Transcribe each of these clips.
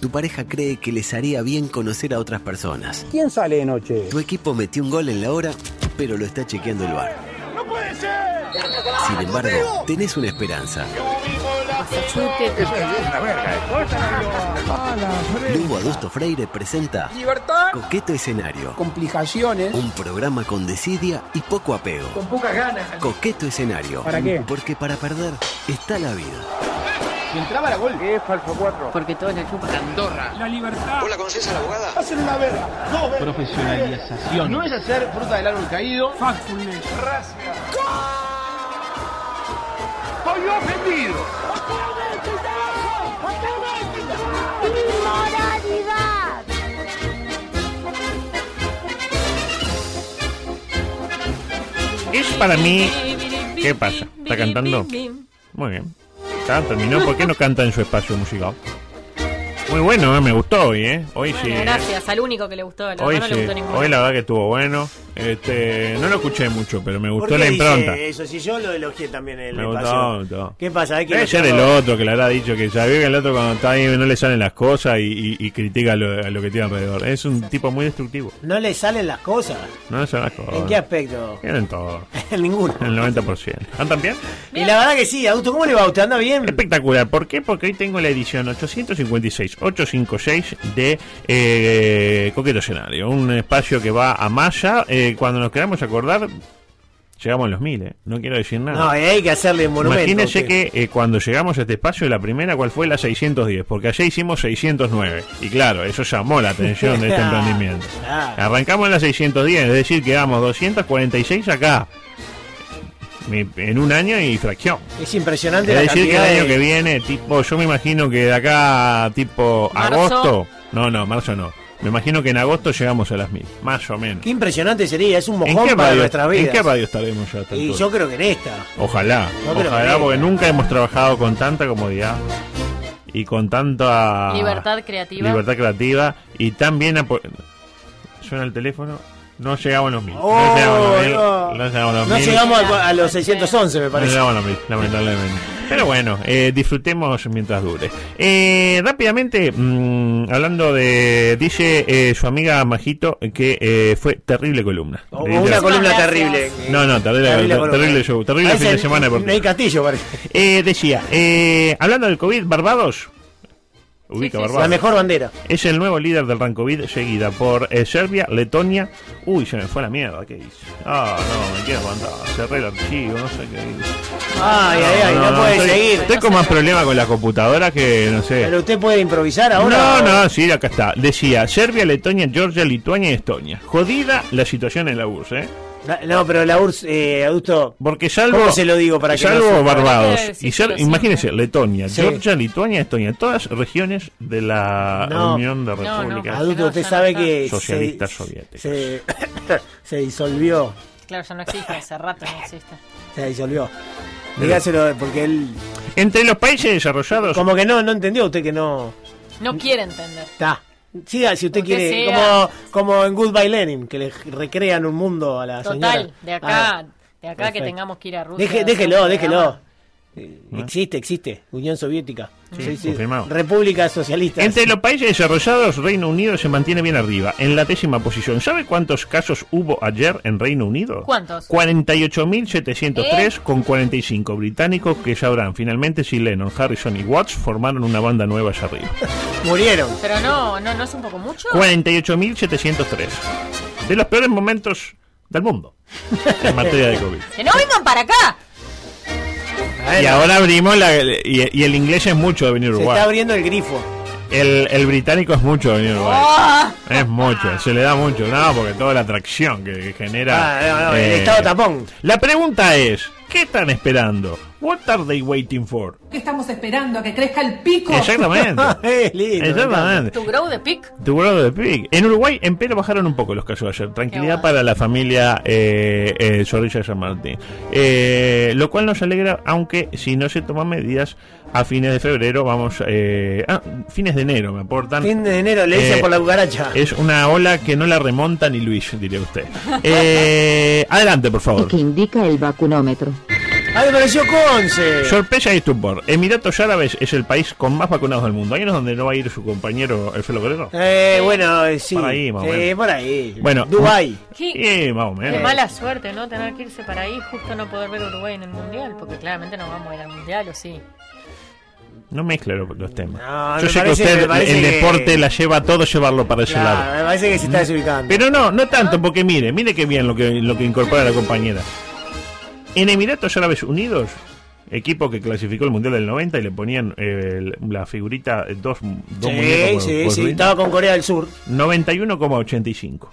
Tu pareja cree que les haría bien conocer a otras personas. ¿Quién sale de noche? Tu equipo metió un gol en la hora, pero lo está chequeando el bar. ¡No puede ser! Sin embargo, tenés una esperanza. Lugo Adusto Freire presenta Libertad. Coqueto Escenario, Complicaciones. un programa con desidia y poco apego. Con pocas ganas. Coqueto Escenario. ¿Para qué? Porque para perder está la vida. Si entraba la gol. Es falso 4. Porque todos la chupan. La libertad. Hola, ¿conoces a la abogada? Hacen una verga. Dos vergas. Profesionalización. No es hacer fruta del árbol caído. Factfulness. Racia. ¡Estoy ofendido! ¡Inmoralidad! Es para mí. ¿Qué pasa? ¿Está cantando? Muy bien. Está, terminó. ¿Por qué no canta en su espacio musical? Muy bueno, eh, me gustó hoy, ¿eh? Hoy sí. Bueno, eh. gracias, al único que le gustó. La Hoy verdad sí. no le gustó ninguno. Hoy la verdad que estuvo bueno. Este, no lo escuché mucho, pero me ¿Por gustó qué la dice impronta. Eh, Eso, si yo lo elogié también en Me la gustó, invasión. me gustó. ¿Qué pasa? Hay que Debe ser el elogiarlo. otro que le habrá dicho que ya vio que el otro cuando está ahí no le salen las cosas y, y- y critica a lo, a lo que tiene alrededor. Es un tipo muy destructivo. No le salen las cosas. No le salen las cosas. ¿En qué aspecto? En todo. En ninguno. En el 90%. ¿Andan bien? Y la verdad que sí, Augusto, ¿cómo le va? ¿Usted anda bien? Espectacular. ¿Por qué? Porque hoy tengo la edición 856, 856 de eh, Coqueto Escenario. Un espacio que va a malla. Eh, cuando nos queramos acordar, llegamos a los mil. eh. No quiero decir No, nada. hay que hacerle monumento. Imagínense usted. que eh, cuando llegamos a este espacio, la primera, ¿cuál fue? La 610, porque ayer hicimos 609. Y claro, eso llamó la atención de este emprendimiento. Claro. Arrancamos en la 610, es decir, quedamos 246 acá. Mi- En un año y fracción. Es impresionante Es la decir, que el cantidad año de- que viene, tipo, yo me imagino que de acá, tipo, ¿Marzo? agosto. No, no, marzo no. Me imagino que en agosto llegamos a las mil, más o menos. Qué impresionante sería, es un ¿En mojón qué, para radio, nuestra en vida. qué radio estaremos ya? a esta Y altura? yo creo que en esta. Ojalá, Yo creo ojalá, que- porque nunca hemos trabajado con tanta comodidad y con tanta Libertad creativa. libertad creativa y tan bien. apo- Suena el teléfono, no llegamos a los mil. Oh, no llegamos a los mil. no. No llegamos a los No mil. llegamos a, a los 611, me No parece. llegamos a los mil, lamentablemente. Pero bueno, eh, disfrutemos mientras dure. Eh, rápidamente, mm, hablando de. Dice eh, su amiga Majito que eh, fue terrible columna. O- o Le dice- una columna gracias. terrible. No, no, terrible- columna. terrible show, terrible A veces fin de semana deportivo. No hay castillo, parece. Eh, decía, eh, hablando del COVID, Barbados. Ubica Sí, sí, Barbados. La mejor bandera. Es el nuevo líder del Rancovid, seguida por eh, Serbia, Letonia. Uy, se me fue la mierda, ¿qué hice? Ah, no, me quiero mandar. Cerré el archivo, no sé qué hice. Ay, ay, ay, no, puede estoy- seguir. Estoy con más problemas con la computadora que, no sé. Pero usted puede improvisar ahora. No, no, sí, acá está. Decía, Serbia, Letonia, Georgia, Lituania y Estonia. Jodida la situación en la URSS, ¿eh? Na- No, pero la URSS, eh, Augusto, Porque salvo. ¿Cómo se lo digo para que no Salvo sufra? Barbados. Hay que Y ser- decirlo imagínense, Letonia, Sí. Georgia, Lituania, Estonia. Todas regiones de la No. Unión de no. Repúblicas. Adu- Adulto, No, usted ya sabe no que está. Socialistas se, soviéticos. se, se disolvió, Claro, ya no existe, hace rato no existe. se disolvió. Dígaselo porque él Entre los países desarrollados. como que no no entendió usted que no No quiere entender. está. Siga si usted, Usted quiere siga. como como en Goodbye Lenin que le recrean un mundo a la Total, señora. de acá, Ah, de acá que perfecto. tengamos que ir a Rusia. Deje- a déjelo, Rusia, déjelo. Eh, vamos. Existe, existe. Unión Soviética. Sí, confirmado. República Socialista. Entre los países desarrollados, Reino Unido se mantiene bien arriba, en la décima posición. ¿Sabe cuántos casos hubo ayer en Reino Unido? ¿Cuántos? 48.703 con 45 británicos que sabrán finalmente si Lennon, Harrison y Watts formaron una banda nueva allá arriba. Murieron. Pero no, no, no es un poco mucho. 48.703. De los peores momentos del mundo en materia de COVID. Que no vengan para acá. Y ahora abrimos la. Y, y el inglés es mucho de venir a Se está Uruguay. abriendo el grifo. El, el británico es mucho de venir a Uruguay. Oh. Ah, Es mucho, se le da mucho, no, porque toda la atracción que, que genera. Ah, no, no, el eh, estado tapón. La pregunta es: ¿qué ¿Qué están esperando? What are they waiting for? ¿Qué estamos esperando? ¿A que crezca el pico? Exactamente. Eh, lindo, Exactamente. Tu grow de pic. Tu brother de pig. En Uruguay, en Pelo bajaron un poco los casos ayer. Tranquilidad bueno. para la familia eh, eh, Zorrilla de San Martín. Eh, lo cual nos alegra, aunque si no se toman medidas, a fines de febrero vamos. Eh, ah, fines de enero me aportan. Fin de enero le dicen Eh, por la cucaracha. Es una ola que no la remonta ni Luis, diría usted. Eh, adelante, por y favor. que indica el vacunómetro. ¡Ahí apareció Ah, Conce! Sorpresa y estupor. Emiratos Árabes es el país con más vacunados del mundo. Ahí no es donde no va a ir su compañero, el Felo Guerrero. Eh, bueno, eh, sí. Por ahí, más o Sí, menos. por ahí. Bueno. Dubai. Qué, Eh, más o qué menos. mala suerte, ¿no? Tener que irse para ahí, justo no poder ver a Uruguay en el mundial, porque claramente no vamos a ir al mundial, ¿o sí? No mezcle lo- los temas. No, Yo me sé parece- que me usted parece el que- deporte la lleva a todo llevarlo para ese Claro, lado. me parece que se está desubicando. Mm. Pero no, no Ah. tanto, porque mire, mire qué bien lo que, lo que incorpora la compañera. En Emiratos Árabes Unidos, equipo que clasificó el Mundial del 90 y le ponían eh, el- la figurita, eh, dos, dos sí, muñecos por- sí, por sí. ruina. Estaba con Corea del Sur. 91,85.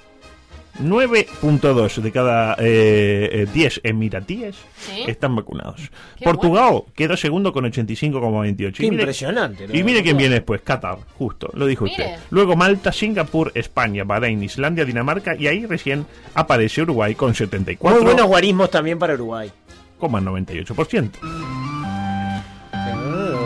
9.2 de cada eh, eh, 10 emiratíes Sí. están vacunados. Qué Portugal quedó segundo con 85,28. Qué Y mire- impresionante, ¿no? Y mire quién viene después, Qatar, justo, lo dijo Mire. usted. Luego Malta, Singapur, España, Bahrein, Islandia, Dinamarca y ahí recién aparece Uruguay con Muy buenos 74,98%. guarismos también para Uruguay.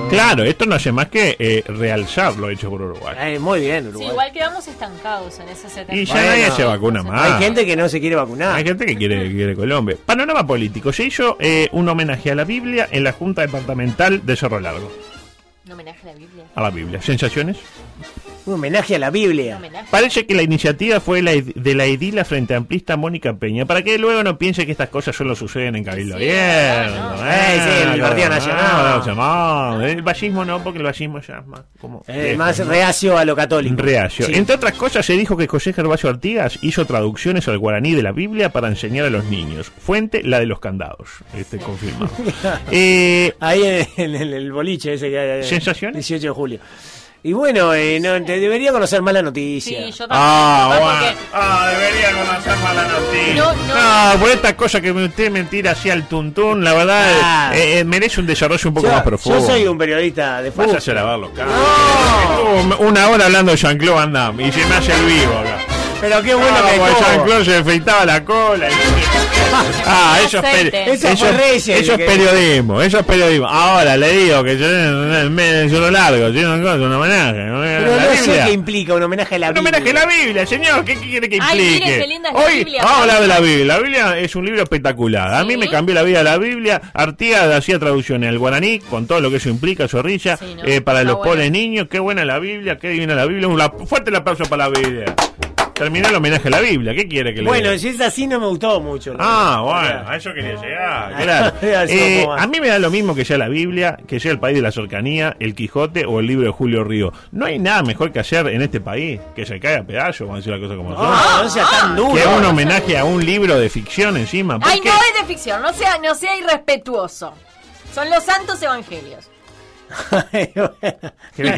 Claro, esto no hace más que eh, realzar lo hecho por Uruguay. Eh, muy bien, Sí, Uruguay. igual quedamos estancados en ese 70. Y ya Bueno. nadie se vacuna más. Hay gente que no se quiere vacunar. Ah. Hay gente que quiere, que quiere Colombia. Panorama político. Se hizo eh, un homenaje a la Biblia en la Junta Departamental de Cerro Largo. Un homenaje a la Biblia. A la Biblia. ¿Sensaciones? Un homenaje a la Un Biblia. homenaje. Parece que la iniciativa fue la ed- de la edila frente amplista Mónica Peña. Para que luego no piense que estas cosas solo suceden en Cabildo Sí, Abierto, no, no. Eh, sí, en el claro, Partido no, Nacional. no, no, no. El vallismo no, porque el vallismo ya es más como... Eh, eh, más reacio a lo católico. Reacio. Sí. Entre otras cosas, se dijo que José Gervasio Artigas hizo traducciones al guaraní de la Biblia para enseñar a los niños. Fuente, la de los candados. Este, confirmado. Eh, Ahí en, en- en el boliche ese que hay. eh, ¿Sensaciones? 18 de julio. Y bueno, eh, no, te debería conocer más la noticia. Sí, yo también. ah, papá, bueno. Ah, debería conocer más la noticia. No, no. por estas cosas que usted me tira hacia el tuntún, la verdad, Ah. eh, eh, merece un desarrollo un poco Yo- más profundo. yo soy un periodista de fútbol. Váyase a lavar los carros. Estuvo Uh, Una hora hablando de Jean-Claude Van Damme y se me hace el vivo acá. Pero qué bueno Ah, que porque estuvo. Jean-Claude se afeitaba la cola. y- ah, eso es, peri- Aceite. Eso fue Reyes, eso es que- periodismo, eso es periodismo. Ahora le digo que yo, me- yo lo largo, yo no es un homenaje. no es Pero la no sé Biblia. qué implica un homenaje a la Un Biblia. homenaje a la Biblia, señor. ¿Qué quiere que Ay, implique? mire qué linda es la Hoy Biblia, vamos a hablar Pablo. de la Biblia. La Biblia es un libro espectacular. A mí Sí. me cambió la vida la Biblia. Artigas hacía traducciones al guaraní, con todo lo que eso implica, zorrilla, Sí, ¿no? eh, para Está los bueno. pobres niños. Qué buena la Biblia, qué divina la Biblia. Un la- fuerte el aplauso para la Biblia. Terminó el homenaje a la Biblia. ¿Qué quiere que le diga? Bueno, si es así no me gustó mucho. ¿no? Ah, bueno, a eso quería llegar, claro. A eso Eh, como va. a mí me da lo mismo que sea la Biblia, que sea el país de la cercanía, el Quijote o el libro de Julio Río. No hay nada mejor que hacer en este país que se caiga a pedazos, vamos a decir la cosa como son. Ah, No, no Ah, sea tan duro. Que un homenaje a un libro de ficción encima. ¿por Ay, qué? no es de ficción, no sea, no sea irrespetuoso. Son los santos evangelios. ¿Quiere,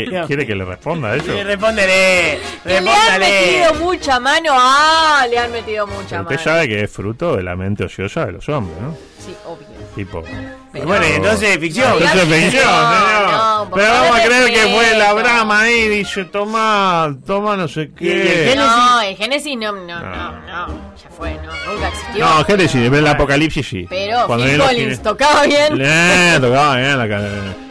que, quiere que le responda a eso? Sí, Respóndele, Que le han respóndale. metido mucha mano. Ah, le han metido Pero mucha usted mano. sabe que es fruto de la mente ociosa de los hombres, ¿no? Sí, obvio. Tipo. Ah, Y Bueno, y entonces ficción. Oiga, Entonces, ficción, No, señor. no, por Pero vamos a favor, creer que fue la respeto. brama ahí y dice, toma, toma no sé Y el qué. Génesis. No, el Génesis no, no, No. no, no. Ya fue, no, nunca existió. No, Génesis, pero el apocalipsis sí. Pero Phil viene los Collins gine- tocaba bien. Eh, tocaba bien la cara.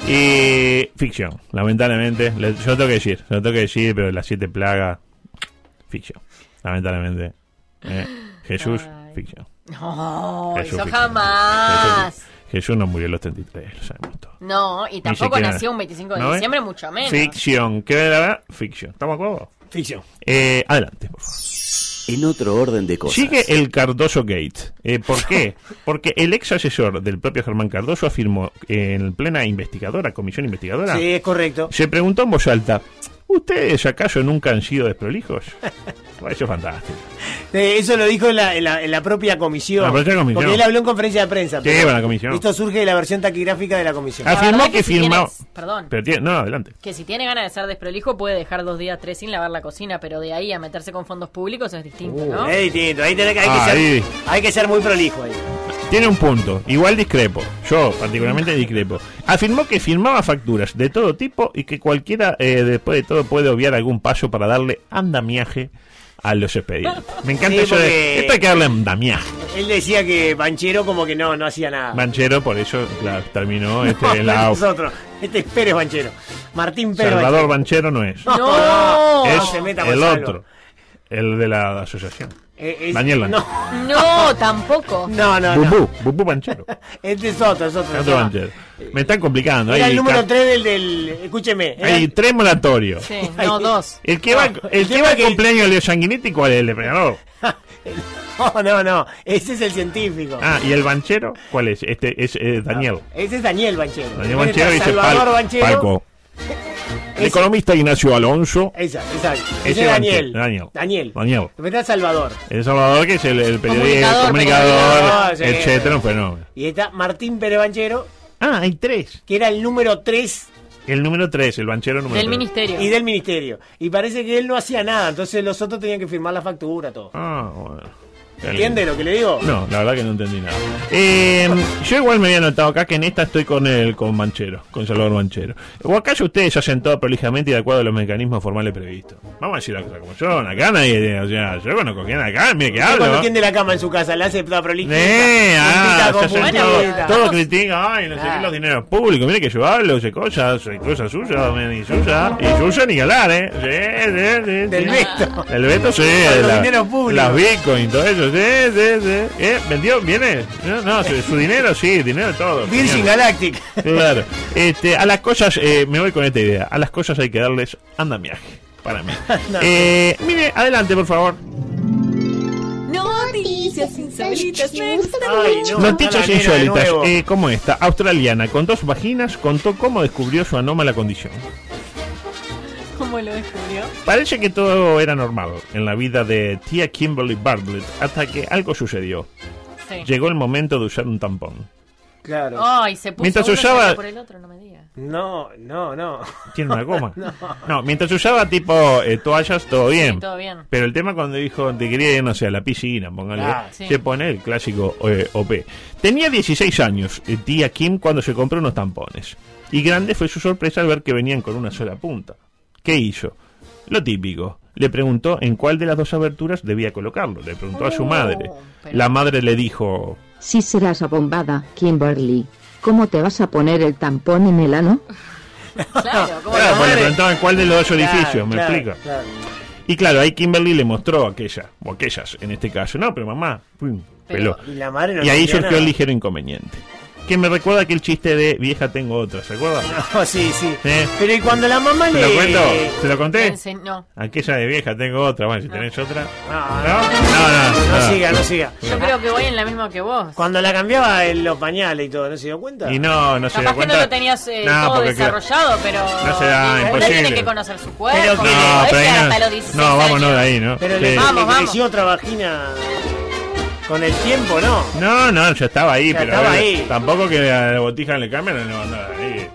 Y ficción, lamentablemente. le- yo lo tengo que decir, yo lo tengo que decir, pero las siete plagas, ficción. Lamentablemente. Eh, Jesús, Ay. ficción. No, Jesús, ficción. eso Jesús, jamás. Jesús no murió a los 33, lo sabemos todos. No, y Ni tampoco siquiera- nació un 25 de ¿No ves? diciembre, mucho menos. Ficción, ¿qué era la verdad? Ficción. ¿Estamos de acuerdo? Ficción. Eh, adelante, por favor. En otro orden de cosas. Sigue el Cardoso Gate. Eh, ¿Por qué? Porque el ex asesor del propio Germán Cardoso afirmó en plena investigadora, comisión investigadora, Sí, es correcto. se preguntó en voz alta: ¿Ustedes acaso nunca han sido desprolijos? Bueno, Eso es fantástico. Eh, Eso lo dijo en la, en la- en la propia comisión. La propia comisión. Porque él habló en conferencia de prensa. Sí, pero bueno, la comisión. Esto surge de la versión taquigráfica de la comisión. La Afirmó verdad que, que si firmaba. tienes- perdón. Pero tiene- no, adelante. Que si tiene ganas de ser desprolijo puede dejar dos días, tres sin lavar la cocina, pero de ahí a Uh. meterse con fondos públicos es distinto, ¿no? Es distinto. Ahí tenés que- hay, que Ah. Ahí. ser, hay que ser muy prolijo ahí. Tiene un punto, igual discrepo, yo particularmente discrepo. Afirmó que firmaba facturas de todo tipo y que cualquiera, eh, después de todo, puede obviar algún paso para darle andamiaje a los expedientes. Me encanta Sí, eso de... porque- Esto hay que darle andamiaje. Él decía que Banchero como que no, no hacía nada. Manchero, por eso, claro, terminó este No, la- es otro. Este es Pérez Banchero. Martín Pérez Salvador Banchero no es. Banchero. No. no, es no se meta el Gonzalo. otro. El de la asociación. Eh, es- Daniel No, Banchero. No, tampoco. no, no. no. Bubú, Bubú Banchero. Este es otro, es otro. es El otro otro. Banchero. Me están complicando. Era Hay, el número ca- 3 del, del. Escúcheme. era- hay tres moratorios. Sí, no, dos. El que va, No, el el que tema va al que- cumpleaños de Sanguinetti, ¿cuál es el de Peñarol? No, no, no. Ese es el científico. Ah, ¿y el banchero? ¿Cuál es? Este es eh, Daniel. Ese Ah. es Daniel Banchero. Este Daniel Banchero dice Salvador pal- Banchero. Palco. El Ese- economista Ignacio Alonso. Esa, esa. Ese, Ese es Daniel. Banchero, Daniel. Daniel. Daniel. Después está Salvador. El Salvador, que es el, el periodista, el Comunicador, comunicador, comunicador, sí. etcétera, un fenómeno. Y está Martín Pérez Banchero, Ah, hay tres. que era el número 3 El número tres, el banchero número Del tres. ministerio. y del ministerio. Y parece que él no hacía nada, entonces los otros tenían que firmar la factura, todo. Ah, bueno. Qué ¿Entiende lindo. lo que le digo? No, la verdad que no entendí nada. Eh, yo igual me había notado acá que en esta estoy con el con Manchero, con Salvador Manchero. ¿O acaso ustedes hacen todo prolijamente y de acuerdo a los mecanismos formales previstos? Vamos a decir la cosa como son. Acá nadie, o sea, yo conozco quién acá, mire que Usted hablo. cuando tiende la cama en su casa, la hace toda prolijita. Eh, puntita ah, se hacen con Bueno, todo, puntita. todo critica, ay, no sé qué, los dineros públicos. Mire que yo hablo, sé cosas, soy cosas suyas, y suya, y suya ni hablar, ¿eh? Sí, sí, sí, sí. Del Beto. El Beto, sí. Con los la- dineros públicos. Las bitcoins, todo eso, sí, sí, sí. ¿Eh? ¿Vendió? ¿Viene? No, no, su, su dinero, sí, dinero todo. Virgin señor. Galactic. Claro. Este, a las cosas, eh, me voy con esta idea, a las cosas hay que darles andamiaje, para mí. Eh, mire, adelante, por favor. Noticias insólitas, me gustan Ay, mucho. no, Noticias está la nena de insólitas, nuevo. eh, como esta, australiana con dos vaginas contó cómo descubrió su anómala condición. ¿Cómo lo descubrió? Parece que todo era normal en la vida de tía Kimberly Bartlett hasta que algo sucedió. Sí. Llegó el momento de usar un tampón. Claro. Ay, se puso Mientras uno y usaba- salió por el otro, no me digas. No, no, no. Tiene una goma. no. mientras usaba tipo eh, toallas, todo bien. todo bien. Pero el tema cuando dijo, te quería ir, no sé, a la piscina, póngale. Ah, sí. Se pone el clásico eh, OP. Tenía 16 años, eh, tía Kim, cuando se compró unos tampones. Y grande fue su sorpresa al ver que venían con una sola punta. ¿Qué hizo? Lo típico. Le preguntó en cuál de las dos aberturas debía colocarlo. Le preguntó a su Oh, madre. pero- La madre le dijo, Si serás abombada, Kimberly, ¿cómo te vas a poner el tampón en el ano? Claro, ¿cómo Claro, lo- pues le preguntaba en cuál de los dos edificios, Claro, me claro, explica. claro. Y claro, ahí Kimberly le mostró aquella, o aquellas en este caso. No, pero mamá, pum, Pero- peló. Y la madre no Y ahí entendió surgió el nada. ligero inconveniente. Que me recuerda que el chiste de vieja tengo otra, ¿se acuerda? No, Oh, sí, sí. Sí. Pero y cuando la mamá ¿Te le. Eh. lo cuento? ¿Te lo le conté? enseñó- No, Aquella de vieja tengo otra, bueno, si tenés otra. No, ¿No? no, No, no, no no. siga, no siga. yo creo que voy en la misma que vos. Cuando la cambiaba en los pañales y todo, ¿no se dio cuenta? Y no, no se da Capaz que cuenta. no lo tenías eh, No, todo porque claro. desarrollado, pero No se da, uno imposible. tiene que conocer su cuerpo. Pero que- No, no, pero ese ahí hasta los no, 16 no, vámonos años. de ahí, ¿no? Pero Sí. le, Vamos, le vamos. creció otra vagina con el tiempo, ¿no? No, no, ya estaba ahí, Ya pero estaba a ver, ahí. tampoco que a la botija le cambiaron no, no, ahí.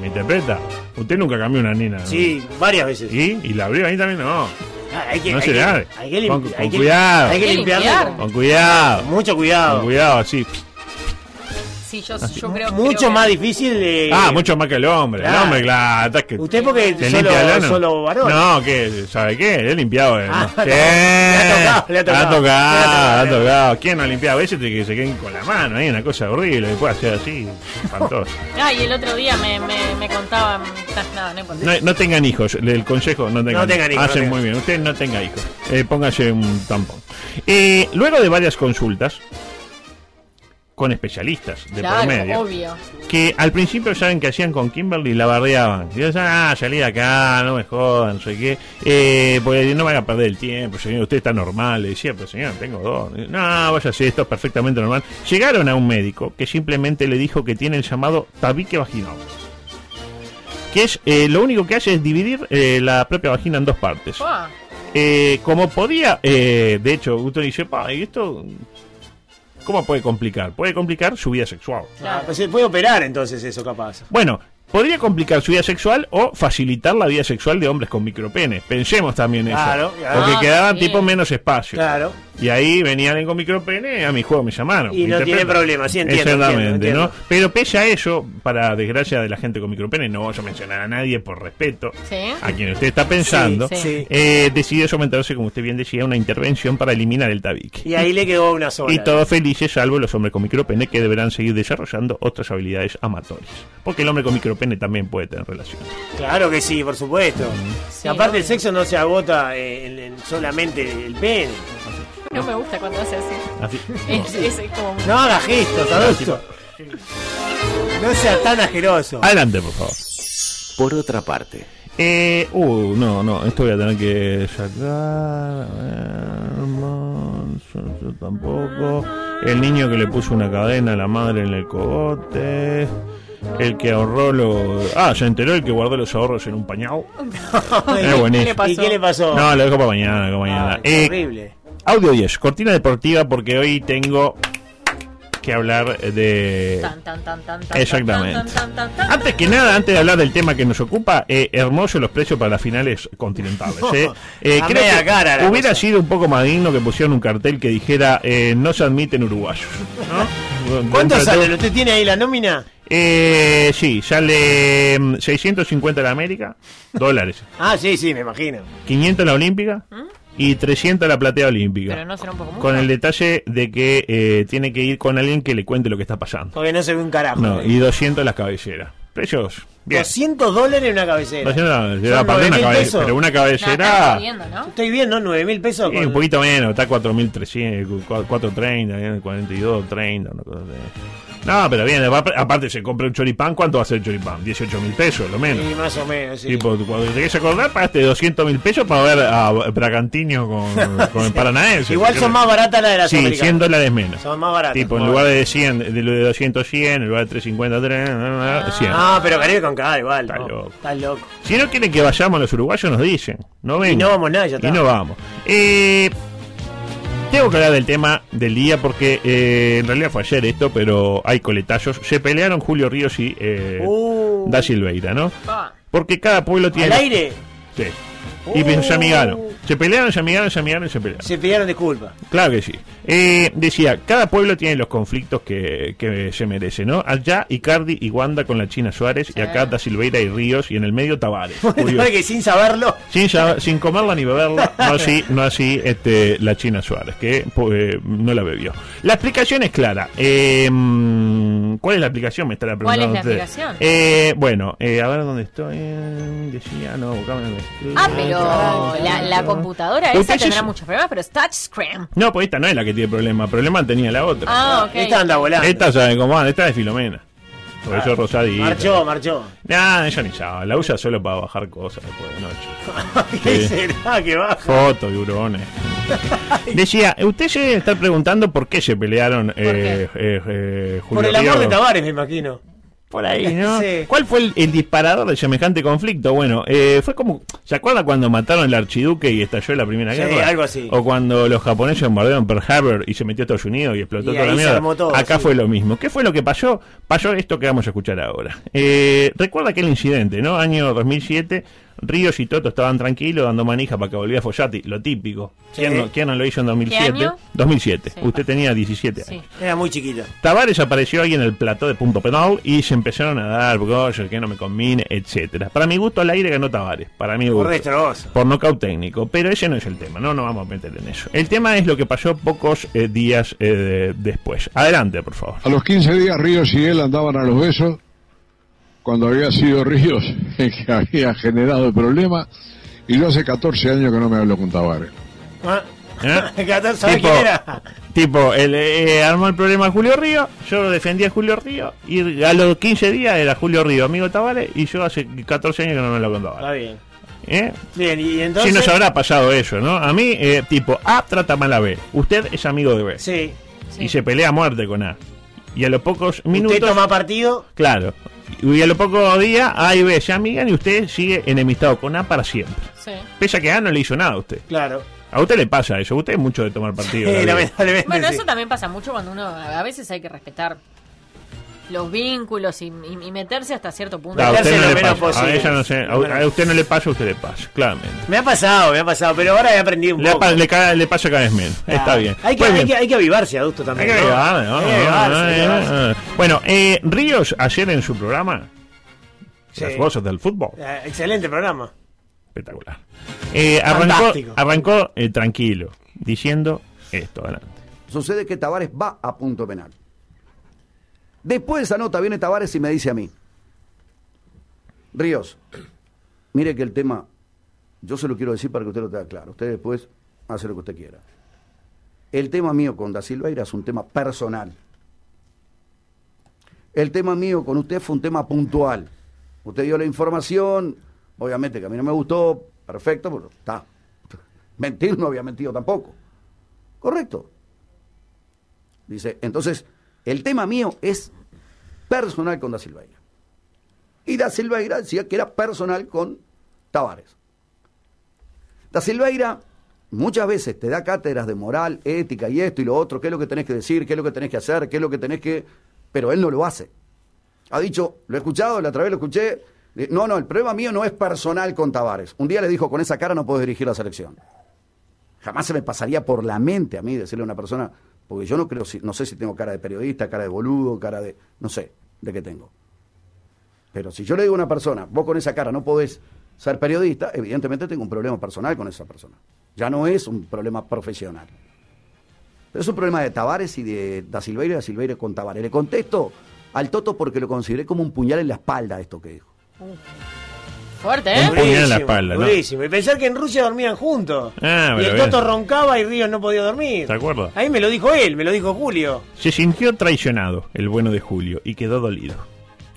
¿Me interpreta? Usted nunca cambió una nina. ¿no? Sí, varias veces. ¿Y? ¿Y la abrió ahí también? No. Ah, Hay que, No hay se que- da. hay que lim- Con- con hay que- cuidado. Hay que Hay que limpiarla. limpiar. con- Con cuidado. con Mucho cuidado. Con cuidado, así. Sí, yo, yo creo Mucho creo más que- difícil de. Ah, mucho más que el hombre. El Claro. hombre, claro. atrás que- Usted porque ¿Se solo, limpia el ano? solo varón. No, que, ¿sabe qué? He limpiado. eh, Ah, no. no. Le ha tocado, le ha tocado. Le ha tocado, Le ha tocado, le ha le tocado. ¿Quién no ha limpiado? A veces te- que se queden con la mano ahí, una cosa horrible. Después hacer así, espantoso. Ah, y el otro día me, me, me contaban. No, no importa. No, no tengan hijos, el consejo no tengan, No tengan hijos, Hacen no tengan. muy bien, usted no tenga hijos. Eh, póngase un tampón. Eh, luego de varias consultas con especialistas de por medio, claro, obvio. que al principio saben que hacían con Kimberly la bardeaban. Y ellos, ah, salí de acá, no me jodan, no sé qué. Eh, pues no van a perder el tiempo, señor, usted está normal. Le decía, pero señor, tengo dos. No, vaya a hacer esto, es perfectamente normal. Llegaron a un médico que simplemente le dijo que tiene el llamado tabique vaginal. Que es, eh, lo único que hace es dividir eh, la propia vagina en dos partes. Fua. Eh, como podía, eh, de hecho, usted dice, pa, ¿y esto cómo puede complicar? Puede complicar su vida sexual. Ah, pues se puede operar entonces eso, capaz. Bueno, podría complicar su vida sexual o facilitar la vida sexual de hombres con micropene. Pensemos también eso. Claro, claro. Porque Ah, quedaban sí. tipo menos espacio. Claro. Y ahí venía alguien con micropene, a mi juego me llamaron. Y no Interpreta. tiene problema, sí, entiendo, Exactamente, entiendo, entiendo. ¿no? Pero pese a eso, para desgracia de la gente con micropene, no vamos a mencionar a nadie por respeto Sí. a quien usted está pensando, Sí, sí. eh, decidió someterse, como usted bien decía, a una intervención para eliminar el tabique. Y ahí le quedó una sola. Y todos felices, salvo los hombres con micropene, que deberán seguir desarrollando otras habilidades amatorias. Porque el hombre con micropene también puede tener relaciones. Claro que sí, por supuesto. Sí, Aparte, obvio. el sexo no se agota eh, en- en solamente el pene. No me gusta cuando hace así. Así- Es, es como un- No hagas gestos, adulto. No sea tan asqueroso. Adelante, por favor. Por otra parte, Eh, uh, no, no, esto voy a tener que sacar. a ver, no, yo, yo tampoco. El niño que le puso una cadena a la madre en el cogote. El que ahorró los. Ah, se enteró el que guardó los ahorros en un pañal. Ah, Es buenísimo. ¿Y qué le pasó? No, lo dejo para mañana, lo dejo para mañana. Ah, qué Eh, horrible. audio 10, cortina deportiva, porque hoy tengo que hablar de. Tan, tan, tan, tan, tan, Exactamente. Ah, tan, tan, tan, tan, Antes que nada, antes de hablar del tema que nos ocupa, eh, hermosos los precios para las finales continentales. ¿eh? Eh, A creo media que cara la hubiera cosa. sido un poco más digno que pusieran un cartel que dijera eh, no se admiten uruguayos. ¿no? ¿Cuánto Dentro de sale? todo- ¿Usted tiene ahí la nómina? Eh, sí, sale mm, 650 la América, dólares. Ah, sí, sí, me imagino. 500 la Olímpica ¿Mm? y 300 la Platea Olímpica. Pero no será un poco mucho. Con el detalle de que eh, tiene que ir con alguien que le cuente lo que está pasando. Porque no se ve un carajo. eh. No, y 200 las cabelleras. Precios. Bien. 200 dólares en una cabecera. 200 la cabellera, Son aparte 9.000 una cabellera, pesos. pero una No, están cabellera. jodiendo, ¿no? Estoy bien, ¿no? 9 mil pesos. sí, con- un poquito menos, está 4.300, 4.30, eh, 42, 30, una cosa así. No, pero bien, apa- aparte se compra un choripán, ¿cuánto va a ser el choripán? 18.000 pesos, lo menos. Sí, más o menos, sí. Tipo, cuando te querés acordar, pagaste 200 mil pesos para ver a Bragantino con, con el Paranaense. Igual son más baratas las de las Sí, americanas. 100 dólares menos. Son más baratas. Tipo, en más lugar baratas. de 100, de lo de 200, 100, en lugar de 350, 300, 100. Ah, pero Caribe con cada igual. Está no. loco. Está loco. Si no quieren que vayamos los uruguayos, nos dicen. No vengan. no vamos nada, ya está. Y no vamos. Eh, tengo que hablar del tema del día porque eh, en realidad fue ayer esto, pero hay coletazos. Se pelearon Julio Ríos y eh, Uh. Da Silveira, ¿no? Pa. Porque cada pueblo tiene. Al aire Sí. Y Uh. se amigaron. Se pelearon, se amigaron, se amigaron y se pelearon. se pidieron disculpas. Claro que sí. Eh, decía, cada pueblo tiene los conflictos que, que se merece, ¿no? Allá Icardi y Wanda con la China Suárez, y acá Da Silveira y Ríos, y en el medio Tavares. Curioso. que sin saberlo. Sin, sab- sin comerla ni beberla, no así, no así este, la China Suárez, que po- eh, no la bebió. La explicación es clara. Eh, mm, ¿Cuál es la explicación? Me estará ¿Cuál es preguntando usted. la explicación? Eh, bueno, eh, a ver dónde estoy. Eh, decía, no, buscame en el escritorio. Ah, pero la, la computadora Pero esa usted tendrá sí- muchos problemas, pero es touchscreen. No, pues esta no es la que tiene problema. Problema tenía la otra. Ah, ok. Esta anda volando. Esta sabe cómo anda, esta es Filomena. Por eso Rosadita. Marchó, marchó. Nah, ella ni sabe. La usa solo para bajar cosas después de noche. ¿Qué Sí. será que baja? Fotos, tiburones. Decía, usted se debe estar preguntando por qué se pelearon eh, eh, eh, Julio Por el amor Río. de Tavares, me imagino. Por ahí, ¿no? Sí. ¿Cuál fue el, el disparador de semejante conflicto? Bueno, eh, fue como. ¿Se acuerda cuando mataron al archiduque y estalló la primera Sí, guerra? algo así. O cuando los japoneses bombardearon Pearl Harbor y se metió a Estados Unidos y explotó Y toda la ahí se mierda. armó todo, Acá sí. fue lo mismo. ¿Qué fue lo que pasó? Pasó esto que vamos a escuchar ahora. Eh, Recuerda aquel incidente, ¿no? Año 2007. Ríos y Toto estaban tranquilos dando manija para que volviera Follati, lo típico. Sí. ¿Quién, no, quién no lo hizo en 2007? año? 2007. Sí. Usted tenía 17 Sí. años. Era muy chiquito. Tavares apareció ahí en el plató de Punto Penal y se empezaron a dar, porque "Oh, yo que no me combine, etcétera. Para mi gusto al aire ganó Tavares, para mi gusto. Por destrozo. Por nocaut técnico, pero ese no es el tema, no nos vamos a meter en eso. El tema es lo que pasó pocos eh, días eh, de- después. Adelante, por favor. A los 15 días Ríos y él andaban a los besos, cuando había sido Ríos el que había generado el problema, y yo hace 14 años que no me hablo con Tavares. Ah. ¿Eh? ¿Sabes Tipo- quién era? Tipo, él eh, armó el problema a Julio Río, yo lo defendí a Julio Río, y a los 15 días era Julio Río, amigo Tavares, y yo hace 14 años que no me lo con Está Tavares. bien. ¿Eh? Bien, y Si entonces. nos habrá pasado eso, ¿no? A mí, eh, tipo, A trata mal a B. Usted es amigo de B. Sí. Sí. Y se pelea a muerte con A. Y a los pocos minutos. Usted toma partido. Claro. Y a los pocos días, A y B se amigan y usted sigue enemistado con A para siempre. Sí. Pese a que A no le hizo nada a usted. Claro. A usted le pasa eso. Usted es mucho de tomar partido. Eh, la verdad. lamentablemente. Bueno, sí. eso también pasa mucho cuando uno. A veces hay que respetar los vínculos y, y- y meterse hasta cierto punto. Ah, a usted Meterse no lo le menos pasa. A posible. ella no sé. A, Lo menos- a usted no le pasa, a usted le pasa, claramente. Me ha pasado, me ha pasado, pero ahora he aprendido un Le, poco. pa- le ca- le pasa cada vez menos. Está Ah, bien. Hay que, Pues hay, bien. que, hay que avivarse, adulto Hay también. que ¿no? avivar, ¿no? Hay que avivarse, hay que avivarse. Ah, ah, ah. Bueno, eh, Ríos ayer en su programa, Sí. Las Voces del Fútbol, Eh, Excelente programa. espectacular, eh, arrancó, Fantástico. arrancó eh, tranquilo, diciendo esto, adelante. Sucede que Tavares va a punto penal. Después de esa nota viene Tavares y me dice a mí, Ríos, mire que el tema, yo se lo quiero decir para que usted lo tenga claro, usted después hace lo que usted quiera. El tema mío con Da Silveira es un tema personal. El tema mío con usted fue un tema puntual. Usted dio la información, obviamente que a mí no me gustó, perfecto, pero está. Mentir no había mentido tampoco. Correcto. Dice, entonces, el tema mío es personal con Da Silveira. Y Da Silveira decía que era personal con Tavares. Da Silveira muchas veces te da cátedras de moral, ética y esto y lo otro, qué es lo que tenés que decir, qué es lo que tenés que hacer, qué es lo que tenés que... Pero él no lo hace. Ha dicho, lo he escuchado, la otra vez lo escuché. eh, No, no, el problema mío no es personal con Tavares. Un día le dijo, con esa cara no puedes dirigir la selección. Jamás se me pasaría por la mente a mí decirle a una persona, porque yo no creo, si, no sé si tengo cara de periodista, cara de boludo, cara de, no sé, de qué tengo. Pero si yo le digo a una persona, vos con esa cara no podés ser periodista, evidentemente tengo un problema personal con esa persona. Ya no es un problema profesional. Pero es un problema de Tavares y de Da Silveira y Da Silveira con Tavares. Le contesto al Toto porque lo consideré como un puñal en la espalda esto que dijo. Fuerte, Un ¿eh? puñal en la Durísimo, espalda, ¿no? durísimo. Y pensar que en Rusia dormían juntos. Ah, y pero el bien. Toto roncaba y Ríos no podía dormir. ¿Te acuerdas? Ahí me lo dijo él, me lo dijo Julio. Se sintió traicionado el bueno de Julio y quedó dolido.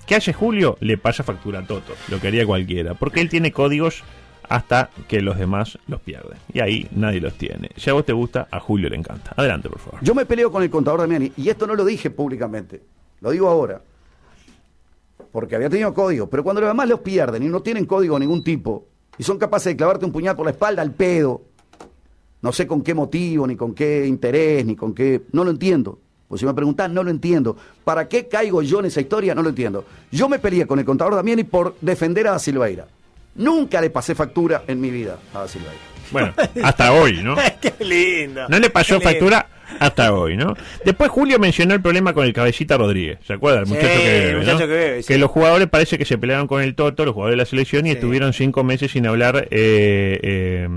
¿Qué hace Julio? Le pasa factura a Toto, lo que haría cualquiera, porque él tiene códigos hasta que los demás los pierden. Y ahí nadie los tiene. Si a vos te gusta, a Julio le encanta. Adelante, por favor. Yo me peleo con el contador Damiani y esto no lo dije públicamente, lo digo ahora. Porque había tenido código, pero cuando los demás los pierden y no tienen código de ningún tipo y son capaces de clavarte un puñal por la espalda al pedo, no sé con qué motivo, ni con qué interés, ni con qué. No lo entiendo. Pues si me preguntás, no lo entiendo. ¿Para qué caigo yo en esa historia? No lo entiendo. Yo me peleé con el contador Damiani por defender a Da Silveira. Nunca le pasé factura en mi vida a Da Silveira. Bueno, hasta hoy, ¿no? qué lindo. No le Qué pasó lindo. factura hasta hoy, ¿no? Después Julio mencionó el problema con el cabecita Rodríguez, ¿se acuerda? El Sí, muchacho que bebe, el muchacho ¿no? que bebe, sí. los jugadores parece que se pelearon con el Toto, los jugadores de la selección, y estuvieron cinco meses sin hablar eh, eh,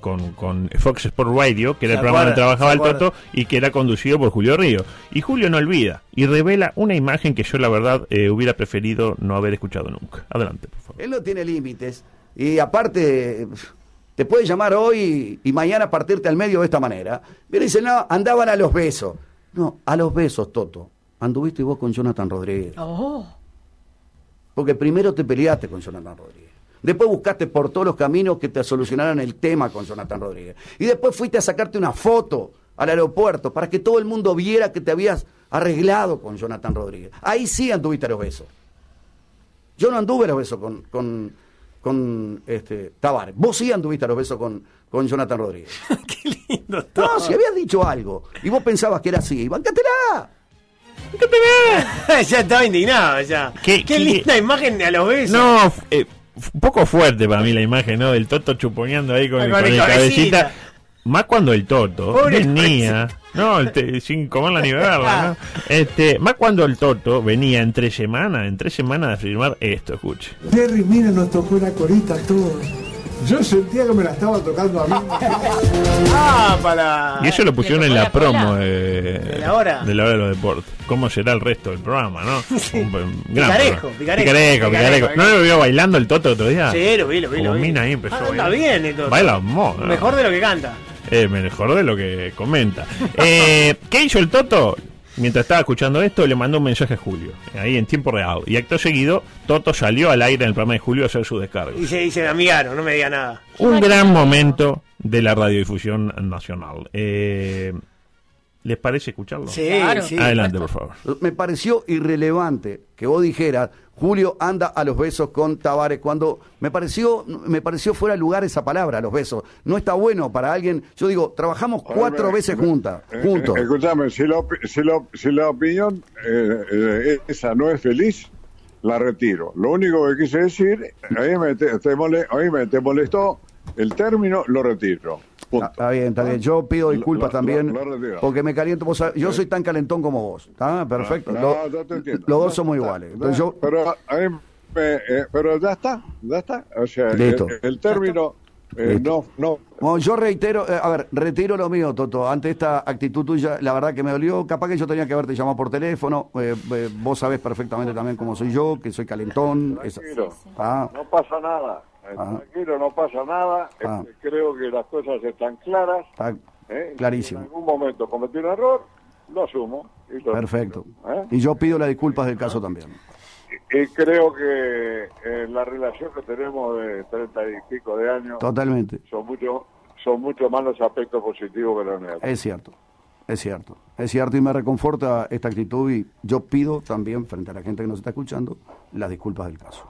con, con Fox Sport Radio, que era el Se programa donde acuerda, trabajaba se el acuerda. Toto, y que era conducido por Julio Río. Y Julio no olvida, y revela una imagen que yo, la verdad, eh, hubiera preferido no haber escuchado nunca. Adelante, por favor. Él no tiene límites. Y aparte, te puede llamar hoy y mañana partirte al medio de esta manera. Mira, dice, no, andaban a los besos. No, a los besos, Toto. Anduviste vos con Jonathan Rodríguez. Oh, Porque primero te peleaste con Jonathan Rodríguez. Después buscaste por todos los caminos que te solucionaran el tema con Jonathan Rodríguez. Y después fuiste a sacarte una foto al aeropuerto para que todo el mundo viera que te habías arreglado con Jonathan Rodríguez. Ahí sí anduviste a los besos. Yo no anduve a los besos con, con, con, este, Tavares. Vos sí anduviste a los besos con, con Jonathan Rodríguez. Lindo todo. No, si habías dicho algo y vos pensabas que era así, bancátela. ya estaba indignado, ya. Qué- Qué, qué- linda imagen a los besos. No, f- eh, f- un poco fuerte para mí la imagen, ¿no? Del Toto chuponeando ahí con, Con el, con el el cabecita. cabecita. Más cuando el Toto Pobre venía, no, el te- sin comerla ni beberla, ¿no? Este, más cuando el Toto venía entre semana, entre semanas a firmar esto, escuche. Terry, mira, nos tocó una corita a todos. Yo sentía que me la estaba tocando a mí. Ah, para. Y eso lo pusieron tocó en la, la cola? promo eh, ¿De la hora? de la hora de los deportes. ¿Cómo será el resto del programa, no? Un- un Picaresco, gran programa. picaresco, picaresco, picaresco. picaresco. ¿No lo vio bailando el Toto otro día? Sí, lo vi, lo vi, lo Como vi. mina ahí empezó. Ah, a anda bailar. bien el Toto. Baila mo, ¿no? Mejor de lo que canta. Eh, mejor de lo que comenta. Eh, ¿Qué hizo el Toto? Mientras estaba escuchando esto, le mandó un mensaje a Julio, ahí en tiempo real. Y acto seguido, Toto salió al aire en el programa de Julio a hacer su descargo. Y se, y se amigaron, no me diga nada. Un gran momento de la radiodifusión nacional. Eh, ¿Les parece escucharlo? Sí, Claro. sí. Adelante, por favor. Me pareció irrelevante que vos dijeras, Julio anda a los besos con Tavares, cuando me pareció, me pareció fuera de lugar esa palabra, los besos. No está bueno para alguien. Yo digo, trabajamos cuatro Hombre, veces juntas, eh, juntos. eh, escúchame, si la, opi- si la, si la opinión eh, eh, esa no es feliz, la retiro. Lo único que quise decir, a mí me te, te mole- a mí me te molestó el término, lo retiro. Punto. Está bien, está bien. Yo pido disculpas Lo- lo- también lo retiro. porque me caliento. Vos sabés, yo soy tan calentón como vos. ¿Está? Perfecto. Ah, No, Lo- yo te entiendo. los dos somos iguales. Entonces yo- Pero, a mí me- eh, pero ya está, ya está. O sea, el- Listo. eh, El, término eh, no, no Bueno, yo reitero, eh, a ver, retiro lo mío, Toto. Ante esta actitud tuya, la verdad que me dolió. Capaz que yo tenía que haberte llamado por teléfono. eh, eh, vos sabés perfectamente también cómo soy yo, que soy calentón. esa- Tranquilo. Ah, No pasa nada. Eh, Ah. Tranquilo, no pasa nada. Eh, Ah. Este, creo que las cosas están claras. está ¿eh? En clarísimo. algún momento cometí un error, lo asumo. Y, lo- Perfecto. ¿eh? Y yo pido las disculpas del caso también. y creo que eh, la relación que tenemos de treinta y pico de años Totalmente. son mucho son mucho más los aspectos positivos que los negativos. Es cierto, es cierto, es cierto y me reconforta esta actitud y yo pido también frente a la gente que nos está escuchando las disculpas del caso.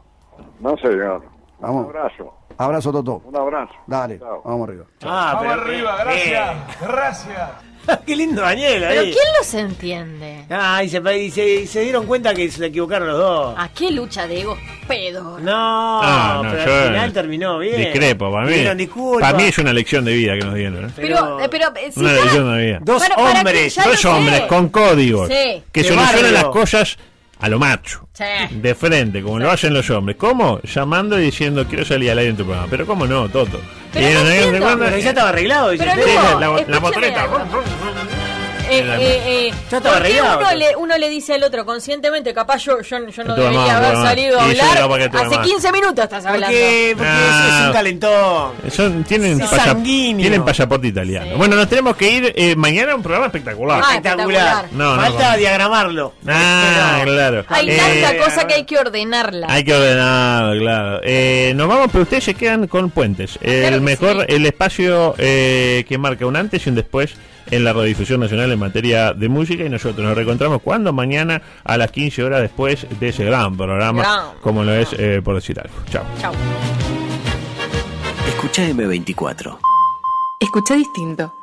No, señor. Eh. Vamos. Un abrazo. Abrazo Toto. Un abrazo. Dale, Chao. vamos arriba. Ah, Vamos pero- arriba, gracias. Gracias. Qué lindo Daniel ¿Pero ahí. quién los entiende? Ay, se, y se, y se dieron cuenta que se equivocaron los dos. ¿A qué lucha de egos pedo? No, Ah, no, pero yo al final terminó bien. Discrepo, para mí. Dieron disculpas. Para mí es una lección de vida que nos dieron. ¿eh? Pero, eh, pero, eh, si Una ya- lección de vida. Dos Pero para que ya dos lo hombres sé. con códigos Sí. que Qué solucionan bárbaro. las cosas a lo macho. Sí. De frente, como lo hacen los hombres. ¿Cómo? Llamando y diciendo, quiero salir al aire en tu programa. Pero ¿cómo no, Toto? Pero Y no en- en- entiendo. cuando- Pero ya estaba arreglado, dice Pero Sí, la- Lugo, la, escúchame motoreta. algo. Eh, Era- eh, eh, Ya estaba ¿por qué arreglado, uno ya. le, uno le dice al otro conscientemente, capaz yo, yo, yo no Estuve debería mal, haber estuve mal. salido a Y yo hablar. capaz que estuve Hace mal. 15 minutos estás hablando. Porque, porque es, es un calentón. Son, tienen, Sí. pasa- Sanguíneo. tienen pasaporte italiano. Bueno, nos tenemos que ir eh, mañana a un programa espectacular. Ah, Espectacular. espectacular. No, no, Falta no. diagramarlo. Ah, claro. Hay Eh, tanta cosa que hay que ordenarla. Hay que ordenar, claro. Eh, nos vamos, pero ustedes se quedan con Puentes. Ah, Claro el que mejor, sí. el espacio eh, que marca un antes y un después en la radiodifusión nacional en materia de música. Y nosotros nos reencontramos cuando mañana a las 15 horas después de ese gran programa, Gran. como lo es eh, por decir algo. Chao. Chau. Escucha M24. Escuché distinto.